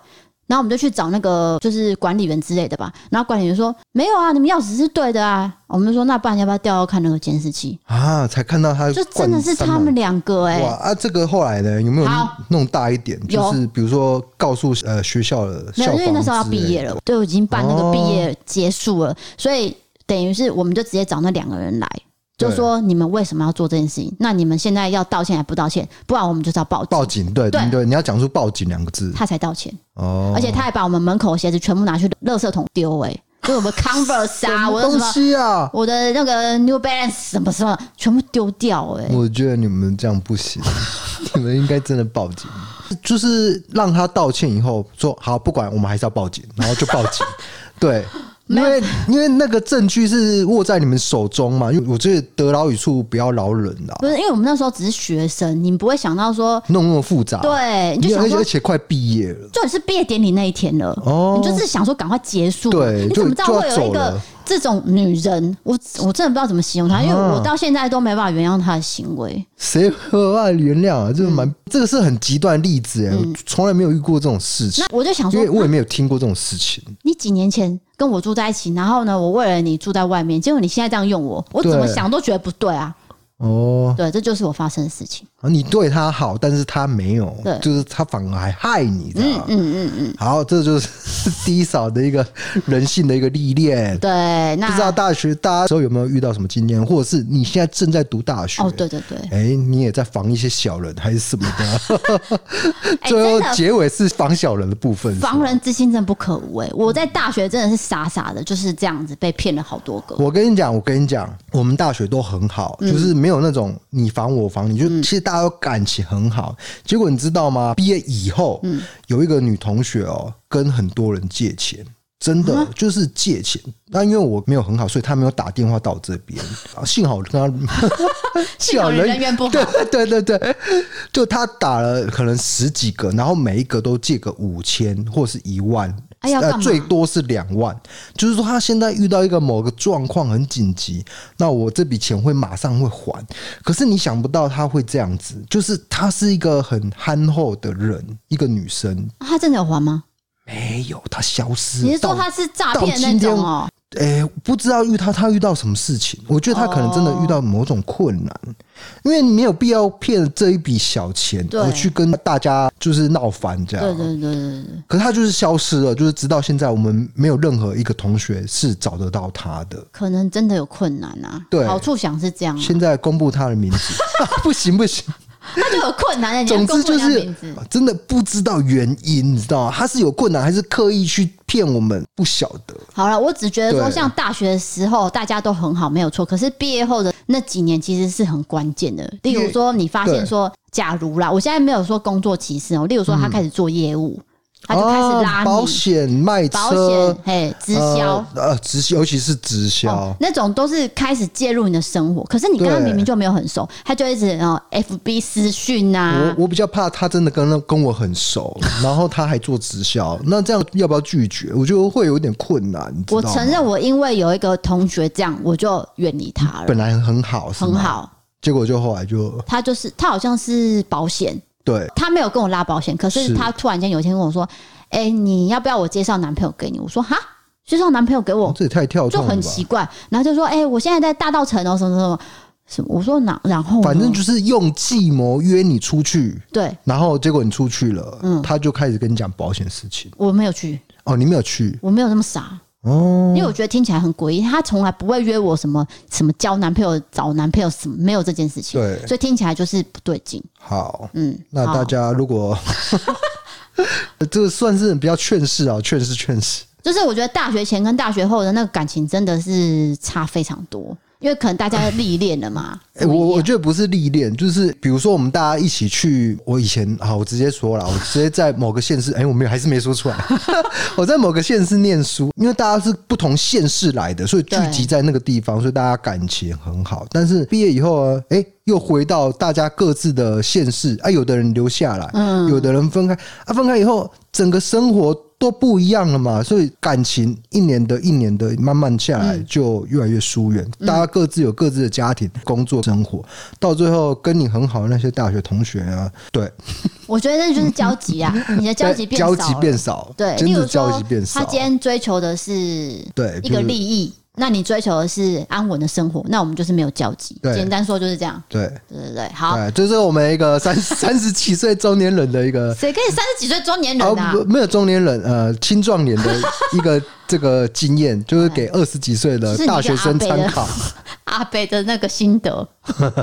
[SPEAKER 2] 然后我们就去找那个就是管理员之类的吧。然后管理员说没有啊，你们钥匙是对的啊。我们就说那不然要不要调调看那个监视器？
[SPEAKER 1] 啊，才看到他
[SPEAKER 2] 就真的是
[SPEAKER 1] 灌三
[SPEAKER 2] 他
[SPEAKER 1] 毛
[SPEAKER 2] 们两个哎、
[SPEAKER 1] 哇啊！这个后来呢，有没有
[SPEAKER 2] 好
[SPEAKER 1] 弄大一点？就
[SPEAKER 2] 有
[SPEAKER 1] 是比如说告诉呃学校的
[SPEAKER 2] 没
[SPEAKER 1] 校
[SPEAKER 2] 有，因为那时候要
[SPEAKER 1] 方之
[SPEAKER 2] 毕
[SPEAKER 1] 类
[SPEAKER 2] 业
[SPEAKER 1] 的
[SPEAKER 2] 了，对，我已经办那个毕
[SPEAKER 1] 哦
[SPEAKER 2] 业结束了，所以等于是我们就直接找那两个人来，就
[SPEAKER 1] 对
[SPEAKER 2] 说你们为什么要做这件事情？那你们现在要道歉还不道歉？不然我们就是要报警。
[SPEAKER 1] 报警，对
[SPEAKER 2] 对
[SPEAKER 1] 对，你要讲出“报警”两个字
[SPEAKER 2] 他才道歉，
[SPEAKER 1] 哦。
[SPEAKER 2] 而且他还把我们门口的鞋子全部拿去垃圾桶丢、欸，哎， 就我们 Converse 啊，我的什
[SPEAKER 1] 东
[SPEAKER 2] 么，
[SPEAKER 1] 西啊，
[SPEAKER 2] 我的那个 New Balance 什么什么，全部丢掉、欸，哎，
[SPEAKER 1] 我觉得你们这样不行， 你们应该真的报警，就是让他道歉以后说好，不管我们还是要报警，然后就报 警，对。因为因为那个证据是握在你们手中嘛，因为我觉得得饶于处不要饶人啦，
[SPEAKER 2] 不是，因为我们那时候只是学生，你不会想到说，
[SPEAKER 1] 弄那么复杂，，
[SPEAKER 2] 对，你就想
[SPEAKER 1] 而且
[SPEAKER 2] 说
[SPEAKER 1] 而。且快毕业了，
[SPEAKER 2] 重点是毕业典礼那一天了，
[SPEAKER 1] 哦
[SPEAKER 2] 你就是想说赶快结束嘛，
[SPEAKER 1] 对
[SPEAKER 2] 你
[SPEAKER 1] 就
[SPEAKER 2] 怎么知道
[SPEAKER 1] 就要
[SPEAKER 2] 会有一
[SPEAKER 1] 走
[SPEAKER 2] 个
[SPEAKER 1] 了
[SPEAKER 2] 这种女人？我我真的不知道怎么形容她，因为
[SPEAKER 1] 啊
[SPEAKER 2] 我到现在都没办法原谅她的行为。
[SPEAKER 1] 谁会爱原谅啊？这个
[SPEAKER 2] 嗯
[SPEAKER 1] 蛮、这个是很极端的例子哎、我从来没有遇过这种事情
[SPEAKER 2] 那，我就想
[SPEAKER 1] 因
[SPEAKER 2] 说
[SPEAKER 1] 为，我也没有听过这种事情。
[SPEAKER 2] 你几年前跟我住在一起，然后呢，我为了你住在外面，结果你现在这样用我，我
[SPEAKER 1] 对
[SPEAKER 2] 怎么想都觉得不对啊！
[SPEAKER 1] 哦，啊
[SPEAKER 2] 对，这就是我发生的事情。
[SPEAKER 1] 你对他好，但是他没有
[SPEAKER 2] 对，
[SPEAKER 1] 就是他反而还害你，这样。
[SPEAKER 2] 嗯嗯嗯，
[SPEAKER 1] 好，这就是 低嫂的一个人性的一个历练。
[SPEAKER 2] 对，那
[SPEAKER 1] 不知道大学大家时候有没有遇到什么经验，或者是你现在正在读大学？
[SPEAKER 2] 哦，对对 对，
[SPEAKER 1] 哎、你也在防一些小人还是什么 的？
[SPEAKER 2] 哎、
[SPEAKER 1] 最
[SPEAKER 2] 真
[SPEAKER 1] 后
[SPEAKER 2] 的。
[SPEAKER 1] 结尾是防小人的部分。是吗
[SPEAKER 2] 防人之心真不可无哎、我在大学真的是傻傻的，就是这样子被骗了好多个。
[SPEAKER 1] 我跟你讲，我跟你讲，我们大学都很好，就是没有那种你防我防你，就其实大家都感情很好。结果你知道吗？毕业以后，有一个女同学哦，跟很多人借钱。真的就是借钱，那因为我没有很好，所以她没有打电话到我这边。啊幸好我跟她，
[SPEAKER 2] 幸好人缘不好啊
[SPEAKER 1] 对对对对，就她打了可能十几个，然后每一个都借个五千或是一万，呃
[SPEAKER 2] 哎呀干嘛
[SPEAKER 1] 最多是两万，就是说他现在遇到一个某个状况很紧急，那我这笔钱会马上会还。可是你想不到他会这样子，就是她是一个很憨厚的人，一个女生，
[SPEAKER 2] 啊他真的有还吗？
[SPEAKER 1] 没有她消失了。
[SPEAKER 2] 你是说
[SPEAKER 1] 到
[SPEAKER 2] 他是诈骗那
[SPEAKER 1] 到今天
[SPEAKER 2] 种哦、
[SPEAKER 1] 诶、不知道遇他他遇到什么事情，我觉得他可能真的遇到某种困难，因为你没有必要骗这一笔小钱，
[SPEAKER 2] 对
[SPEAKER 1] 我去跟大家就是闹翻这样。
[SPEAKER 2] 对对对对对，
[SPEAKER 1] 可是他就是消失了，就是直到现在，我们没有任何一个同学是找得到他的。
[SPEAKER 2] 可能真的有困难啊。
[SPEAKER 1] 对
[SPEAKER 2] 好处想是这样、啊，
[SPEAKER 1] 现在公布他的名字， 不行不行，
[SPEAKER 2] 他就有困难的，啊你要
[SPEAKER 1] 总
[SPEAKER 2] 公
[SPEAKER 1] 之
[SPEAKER 2] 布
[SPEAKER 1] 就
[SPEAKER 2] 人家
[SPEAKER 1] 是
[SPEAKER 2] 名字。
[SPEAKER 1] 真的不知道原因，你知道吗？他是有困难，还是刻意去骗我们？不晓得。
[SPEAKER 2] 好了，我只觉得说，
[SPEAKER 1] 对
[SPEAKER 2] 像大学的时候大家都很好，没有错。可是毕业后的那几年其实是很关键的。例如说，你发现说，假如啦，我现在没有说工作歧视哦。例如说，他开始做业务，他就开始拉
[SPEAKER 1] 嗯哦
[SPEAKER 2] 你、
[SPEAKER 1] 保险、卖
[SPEAKER 2] 保
[SPEAKER 1] 车、
[SPEAKER 2] 嘿，直销。
[SPEAKER 1] 呃，呃直销，尤其是直销
[SPEAKER 2] 哦，，那种都是开始介入你的生活，可是你跟他
[SPEAKER 1] 对
[SPEAKER 2] 明明就没有很熟，他就一直哦，FB 私讯啊
[SPEAKER 1] 我，我比较怕他真的跟跟我很熟，然后他还做直销，那这样要不要拒绝？我觉得会有点困难，你知
[SPEAKER 2] 我
[SPEAKER 1] 道吗
[SPEAKER 2] 承认，我因为有一个同学这样，我就远离他了
[SPEAKER 1] 本，来很好，是吗
[SPEAKER 2] 很，好。
[SPEAKER 1] 结果就后来就
[SPEAKER 2] 他就是他好像是保险，
[SPEAKER 1] 对，
[SPEAKER 2] 他没有跟我拉保险，可是
[SPEAKER 1] 是
[SPEAKER 2] 他突然间有一天跟我说：“哎、你要不要我介绍男朋友给你？”我说：“哈，介绍男朋友给我，
[SPEAKER 1] 这也太跳
[SPEAKER 2] 就
[SPEAKER 1] 痛了
[SPEAKER 2] 很
[SPEAKER 1] 吧？
[SPEAKER 2] 奇怪。”然后就说：“哎、我现在在大道城哦，什么什么什么。”我说：“然然后呢
[SPEAKER 1] 反正就是用计谋约你出去，
[SPEAKER 2] 对
[SPEAKER 1] 然后结果你出去了，
[SPEAKER 2] 嗯
[SPEAKER 1] 他就开始跟你讲保险事情。
[SPEAKER 2] 我没有去，
[SPEAKER 1] 哦，你没有去
[SPEAKER 2] 我没有那么傻。”
[SPEAKER 1] 哦
[SPEAKER 2] 因为我觉得听起来很诡异，他从来不会约我什么什么交男朋友、找男朋友什么，没有这件事情，
[SPEAKER 1] 对
[SPEAKER 2] 所以听起来就是不对劲。
[SPEAKER 1] 好，
[SPEAKER 2] 嗯，
[SPEAKER 1] 那
[SPEAKER 2] 好
[SPEAKER 1] 大家如果 这个算是比较劝世啊，劝世劝世。
[SPEAKER 2] 就是我觉得大学前跟大学后的那个感情真的是差非常多，因为可能大家历练了嘛。
[SPEAKER 1] 哎、我我
[SPEAKER 2] 就
[SPEAKER 1] 觉得不是历练，就是比如说我们大家一起去，我以前好，我直接说了，我直接在某个县市，哎、我没有还是没说出来，我在某个县市念书，因为大家是不同县市来的，所以聚
[SPEAKER 2] 对
[SPEAKER 1] 集在那个地方，所以大家感情很好。但是毕业以后啊，哎、又回到大家各自的县市，啊，有的人留下来，
[SPEAKER 2] 嗯
[SPEAKER 1] 有的人分开，啊，分开以后整个生活。都不一样了嘛，所以感情一年的一年的慢慢下来
[SPEAKER 2] 嗯
[SPEAKER 1] 就越来越疏远，大家各自有各自的家庭、工作、生活，到最后跟你很好的那些大学同学啊，对，
[SPEAKER 2] 我觉得那就是交集 啊，你的交集变少
[SPEAKER 1] 交
[SPEAKER 2] 了，
[SPEAKER 1] 集变少，
[SPEAKER 2] 对，
[SPEAKER 1] 真
[SPEAKER 2] 例
[SPEAKER 1] 的
[SPEAKER 2] 如
[SPEAKER 1] 交
[SPEAKER 2] 说
[SPEAKER 1] 集变少哎
[SPEAKER 2] 他。今天追求的是
[SPEAKER 1] 对，
[SPEAKER 2] 一个
[SPEAKER 1] 比如
[SPEAKER 2] 利益，那你追求的是安稳的生活，那我们就是没有交集。
[SPEAKER 1] 对
[SPEAKER 2] 简单说就是这样，
[SPEAKER 1] 对
[SPEAKER 2] 对对对。好，
[SPEAKER 1] 对，这是我们一个三三十 几岁中年人的一个。
[SPEAKER 2] 谁可以三十几岁中年
[SPEAKER 1] 哦
[SPEAKER 2] 人啊？
[SPEAKER 1] 不，没有中年人，呃，青壮年 的一个这个经验，就是给二十几岁的
[SPEAKER 2] 是你
[SPEAKER 1] 大学生
[SPEAKER 2] 跟阿伯
[SPEAKER 1] 参
[SPEAKER 2] 的
[SPEAKER 1] 考。
[SPEAKER 2] 阿北的那个心得。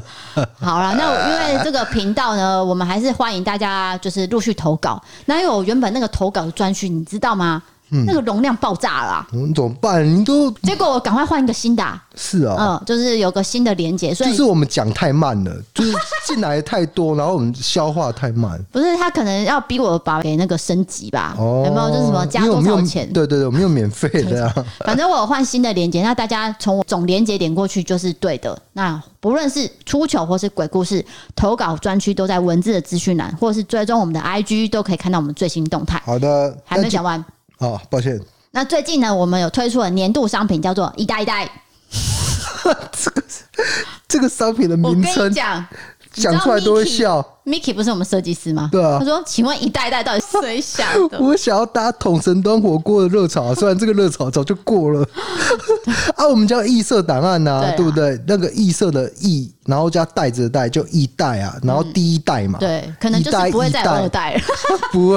[SPEAKER 2] 好了，那我因为这个频道呢，我们还是欢迎大家就是陆续投稿。那因为我原本那个投稿的专区，你知道吗？那个容量爆炸了啊、
[SPEAKER 1] 嗯，怎么办？你都
[SPEAKER 2] 结果我赶快换一个新的啊、
[SPEAKER 1] 是啊、
[SPEAKER 2] 嗯，就是有个新的连接，所
[SPEAKER 1] 就
[SPEAKER 2] 以
[SPEAKER 1] 是我们讲太慢了，就是进来太多，然后我们消化太慢。
[SPEAKER 2] 不是他可能要逼我把给那个升级吧？
[SPEAKER 1] 哦，
[SPEAKER 2] 有没有就是什么加
[SPEAKER 1] 因为我
[SPEAKER 2] 多
[SPEAKER 1] 们
[SPEAKER 2] 少
[SPEAKER 1] 用
[SPEAKER 2] 钱？
[SPEAKER 1] 对对对，我们用免费的、 啊。
[SPEAKER 2] 反正我有换新的连接，那大家从我总连接点过去就是对的。那不论是出糗或是鬼故事，投稿专区都在文字的资讯栏，或者是追踪我们的 IG 都可以看到我们最新动态。
[SPEAKER 1] 好的，
[SPEAKER 2] 还
[SPEAKER 1] 那
[SPEAKER 2] 没有
[SPEAKER 1] 就
[SPEAKER 2] 讲完，
[SPEAKER 1] 哦，抱歉，
[SPEAKER 2] 那最近呢，我们有推出了年度商品，叫做“一袋一袋
[SPEAKER 1] 这个商品的”。
[SPEAKER 2] 我跟
[SPEAKER 1] 名
[SPEAKER 2] 你
[SPEAKER 1] 称
[SPEAKER 2] 讲你知道
[SPEAKER 1] 讲出来都会
[SPEAKER 2] Mickey-
[SPEAKER 1] 笑。
[SPEAKER 2] ，Mickey 不是我们设计师吗？
[SPEAKER 1] 对啊
[SPEAKER 2] 他说：“请问‘一袋一袋’到底谁想的
[SPEAKER 1] 我想要搭桶神端火锅的热 潮，虽然这个热潮早就过了。 啊，我们叫异色档案呐、
[SPEAKER 2] 对啊
[SPEAKER 1] 对不对？那个异色的异，然后加带着带，就一代啊，然后第一代？”嘛，
[SPEAKER 2] 嗯对，可能就是不会再有二代了。
[SPEAKER 1] 不会，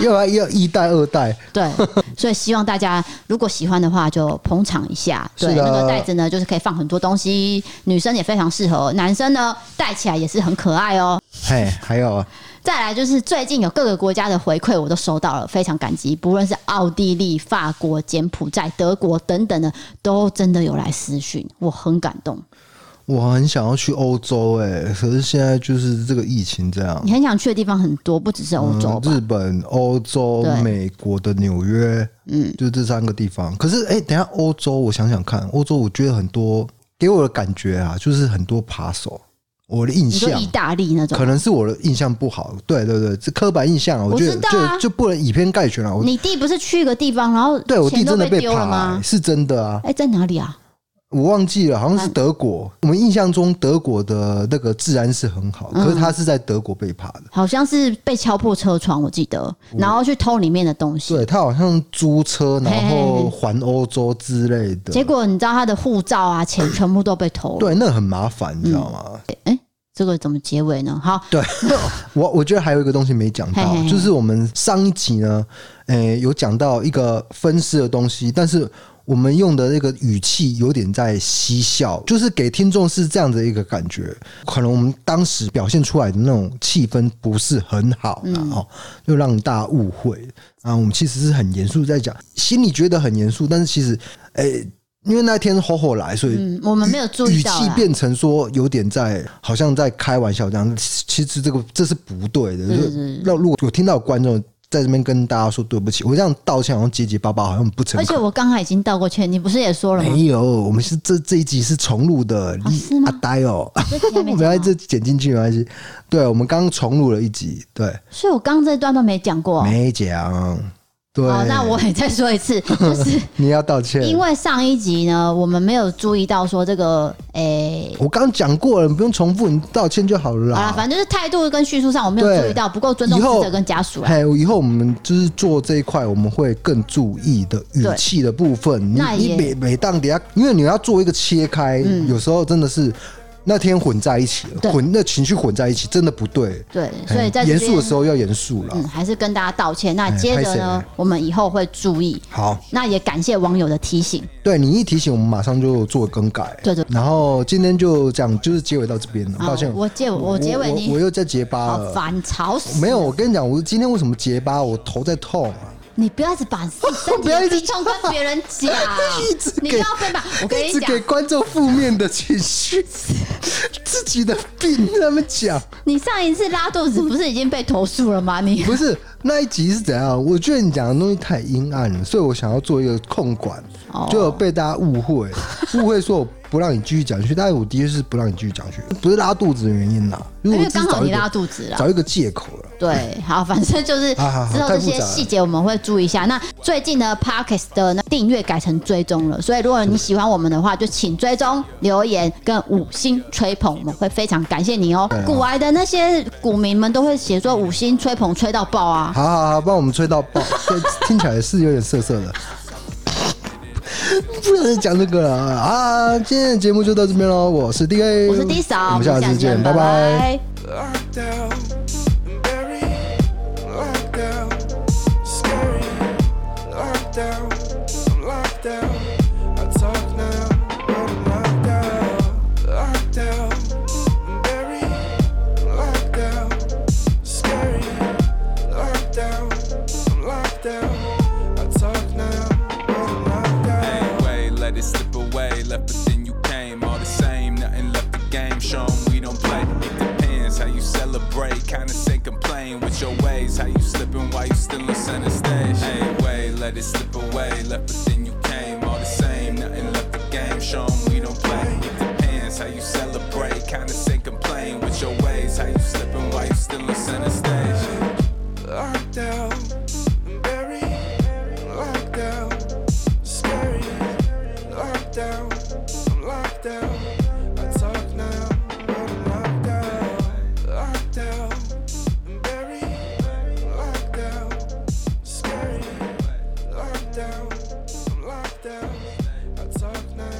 [SPEAKER 1] 要不然要一代二代。
[SPEAKER 2] 对，所以希望大家如果喜欢的话，就捧场一下。对，
[SPEAKER 1] 是的
[SPEAKER 2] 那个袋子呢，就是可以放很多东西，女生也非常适合，男生呢戴起来也是很可爱哦。
[SPEAKER 1] 嘿，还有啊
[SPEAKER 2] 再来就是最近有各个国家的回馈，我都收到了，非常感激。不论是奥地利、法国、柬埔寨、德国等等的，都真的有来私讯，我很感动。
[SPEAKER 1] 我很想要去欧洲哎、可是现在就是这个疫情这样
[SPEAKER 2] 你，很想去的地方很多，不只是欧洲
[SPEAKER 1] 嗯
[SPEAKER 2] 吧？
[SPEAKER 1] 日本、欧洲
[SPEAKER 2] 对、
[SPEAKER 1] 美国的纽约，嗯，就这三个地方。可是哎、等一下欧洲，我想想看，欧洲我觉得很多给我的感觉啊，就是很多扒手，我的印
[SPEAKER 2] 你说
[SPEAKER 1] 象
[SPEAKER 2] 意。大利那种
[SPEAKER 1] 可，能是我的印象不好，对对对，这刻板印象啊，我觉
[SPEAKER 2] 我
[SPEAKER 1] 得
[SPEAKER 2] 知道啊
[SPEAKER 1] 就就不能以偏概全啊了。我
[SPEAKER 2] 你弟不是去一个地方，然后
[SPEAKER 1] 对我弟
[SPEAKER 2] 钱都
[SPEAKER 1] 真的
[SPEAKER 2] 被丢
[SPEAKER 1] 扒、
[SPEAKER 2] 了吗？
[SPEAKER 1] 是真的啊，
[SPEAKER 2] 哎、在哪里啊？
[SPEAKER 1] 我忘记了，好像是
[SPEAKER 2] 嗯
[SPEAKER 1] 德国。我们印象中德国的那个治安是很好，
[SPEAKER 2] 嗯
[SPEAKER 1] 可是他是在德国被扒的。
[SPEAKER 2] 好像是被敲破车窗，我记得，
[SPEAKER 1] 嗯
[SPEAKER 2] 然后去偷里面的东西。
[SPEAKER 1] 对他好像租车，然
[SPEAKER 2] 嘿嘿
[SPEAKER 1] 后环欧洲之类的。
[SPEAKER 2] 结果你知道他的护照啊，钱全部都被偷了。
[SPEAKER 1] 对，那很麻烦，你知道吗？
[SPEAKER 2] 哎、这个怎么结尾呢？好，
[SPEAKER 1] 对， 我我觉得还有一个东西没讲到，
[SPEAKER 2] 嘿嘿嘿
[SPEAKER 1] 就是我们上一集呢，诶、有讲到一个分尸的东西，但是我们用的那个语气有点在嬉笑，就是给听众是这样的一个感觉，可能我们当时表现出来的那种气氛不是很好，然
[SPEAKER 2] 嗯
[SPEAKER 1] 后、就让大家误会啊。我们其实是很严肃在讲，心里觉得很严肃，但是其实，诶、因为那天吼吼来，所以
[SPEAKER 2] 嗯，我们没有注
[SPEAKER 1] 语
[SPEAKER 2] 意到
[SPEAKER 1] 气
[SPEAKER 2] 啦。
[SPEAKER 1] 变成说有点在，好像在开玩笑这样。其实这个这是不对的。
[SPEAKER 2] 是
[SPEAKER 1] 就是那如果有听到观众在这边跟大家说对不起，我这样道歉好像结结巴巴，好像不诚
[SPEAKER 2] 而且
[SPEAKER 1] 恳。
[SPEAKER 2] 我刚才已经道过歉，你不是也说了吗？
[SPEAKER 1] 没有，我们是这这一集是重录的，
[SPEAKER 2] 是吗
[SPEAKER 1] 阿呆哦，
[SPEAKER 2] 这集还
[SPEAKER 1] 没
[SPEAKER 2] 没
[SPEAKER 1] 关
[SPEAKER 2] 讲
[SPEAKER 1] 系，
[SPEAKER 2] 完，
[SPEAKER 1] 这剪进去没关系。对，我们刚刚重录了一集，对，
[SPEAKER 2] 所以我刚刚这段都没讲过、
[SPEAKER 1] 没讲，对，
[SPEAKER 2] 好，哦那我也再说 一次，就是
[SPEAKER 1] 你要道歉，
[SPEAKER 2] 因为上一集呢，我们没有注意到说这个，诶、
[SPEAKER 1] 我刚讲过了，你不用重复，你道歉就好了
[SPEAKER 2] 好啦，
[SPEAKER 1] 啦。
[SPEAKER 2] 反正就是态度跟叙述上我没有
[SPEAKER 1] 对
[SPEAKER 2] 注意到，不够尊重
[SPEAKER 1] 以后
[SPEAKER 2] 死者跟家属啊啦。
[SPEAKER 1] 嘿，以后我们就是做这一块，我们会更注意的语
[SPEAKER 2] 对
[SPEAKER 1] 气的部分。你
[SPEAKER 2] 那也嗯
[SPEAKER 1] 你每每当底下，因为你要做一个切开，有时候真的是那天混在一起
[SPEAKER 2] 对
[SPEAKER 1] 了，混那情绪混在一起，真的不对。
[SPEAKER 2] 对，所以在
[SPEAKER 1] 嘿
[SPEAKER 2] 这
[SPEAKER 1] 严肃的
[SPEAKER 2] 边，
[SPEAKER 1] 时候要严肃了。
[SPEAKER 2] 嗯，还是跟大家道歉。那接着
[SPEAKER 1] 哎
[SPEAKER 2] 呢
[SPEAKER 1] 拍谁，
[SPEAKER 2] 我们以后会注意。
[SPEAKER 1] 好，
[SPEAKER 2] 那也感谢网友的提醒。
[SPEAKER 1] 对你一提醒，我们马上就做更改。
[SPEAKER 2] 对对
[SPEAKER 1] 然后今天就这样，就是结尾到这边了。
[SPEAKER 2] 好
[SPEAKER 1] 抱歉，
[SPEAKER 2] 我结尾我结尾你
[SPEAKER 1] 我又在结巴
[SPEAKER 2] 好
[SPEAKER 1] 了。
[SPEAKER 2] 烦，吵死！
[SPEAKER 1] 呃没有，，我跟你讲，我今天为什么结巴？我头在痛、啊，
[SPEAKER 2] 你不要一直把自 己身体
[SPEAKER 1] 不要
[SPEAKER 2] 的
[SPEAKER 1] 一直
[SPEAKER 2] 病痛跟别人讲
[SPEAKER 1] 一直，
[SPEAKER 2] 你
[SPEAKER 1] 给
[SPEAKER 2] 不要被骂。我跟
[SPEAKER 1] 一
[SPEAKER 2] 你
[SPEAKER 1] 直
[SPEAKER 2] 讲
[SPEAKER 1] 给，观众负面的情 绪，自己的病在那么讲，
[SPEAKER 2] 你上一次拉肚子不是已经被投诉了吗？你
[SPEAKER 1] 不是那一集是怎样？我觉得你讲的东西太阴暗了，所以我想要做一个控管
[SPEAKER 2] 哦，
[SPEAKER 1] 就有被大家误会， 误会说我不让你继续讲下去，但是我的确是不让你继续讲下去，不是拉肚子的原因啦，因
[SPEAKER 2] 因
[SPEAKER 1] 为我
[SPEAKER 2] 为
[SPEAKER 1] 只
[SPEAKER 2] 刚
[SPEAKER 1] 是
[SPEAKER 2] 好
[SPEAKER 1] 找一
[SPEAKER 2] 你拉
[SPEAKER 1] 个
[SPEAKER 2] 肚子了
[SPEAKER 1] 找。一个借口了。
[SPEAKER 2] 对，好，反正就是
[SPEAKER 1] 好好好
[SPEAKER 2] 之后
[SPEAKER 1] 太
[SPEAKER 2] 这
[SPEAKER 1] 复
[SPEAKER 2] 些
[SPEAKER 1] 杂了
[SPEAKER 2] 细节我们会注意一下。那最近呢 p a r k e s 的那订阅改成追踪了，所以如果你喜欢我们的话，就请追踪、留言跟五星吹捧，我们会非常感谢你哦。古癌的那些股民们都会写说五星吹捧吹到爆啊，
[SPEAKER 1] 好好好，帮我们吹到爆， 这听起来是有点涩涩的。 不想再讲这个了啊！今天的节目就到这边喽，我是 D A，
[SPEAKER 2] 我是 D 嫂，
[SPEAKER 1] 我们下次见，拜拜。
[SPEAKER 2] 拜
[SPEAKER 3] Locked down, buried, locked down, scary, locked down, I'm locked down. I talk now, but I'm locked down, locked down, buried, locked down, scary, locked down, I'm locked down. I talk now, but I'm locked down.
[SPEAKER 4] Anyway, let it slip away. Left, but then you came. All the same, nothing left the game. Show 'em we don't play. It depends how you celebrate. Kinda say complain with your ways. How you slipping while you still on center stage. Anyway, let it slip away. Left, but then you came. All the same, nothing left the game. Show 'em we don't play. It depends how you celebrate. Kinda say complain with your ways. How you slipping while you still on center stage.
[SPEAKER 3] locked down, buried, locked down, scary, locked down, I'm locked down. I talk now, but I'm locked down, locked down, buried, locked down, scary, locked down, I'm locked down. I talk now.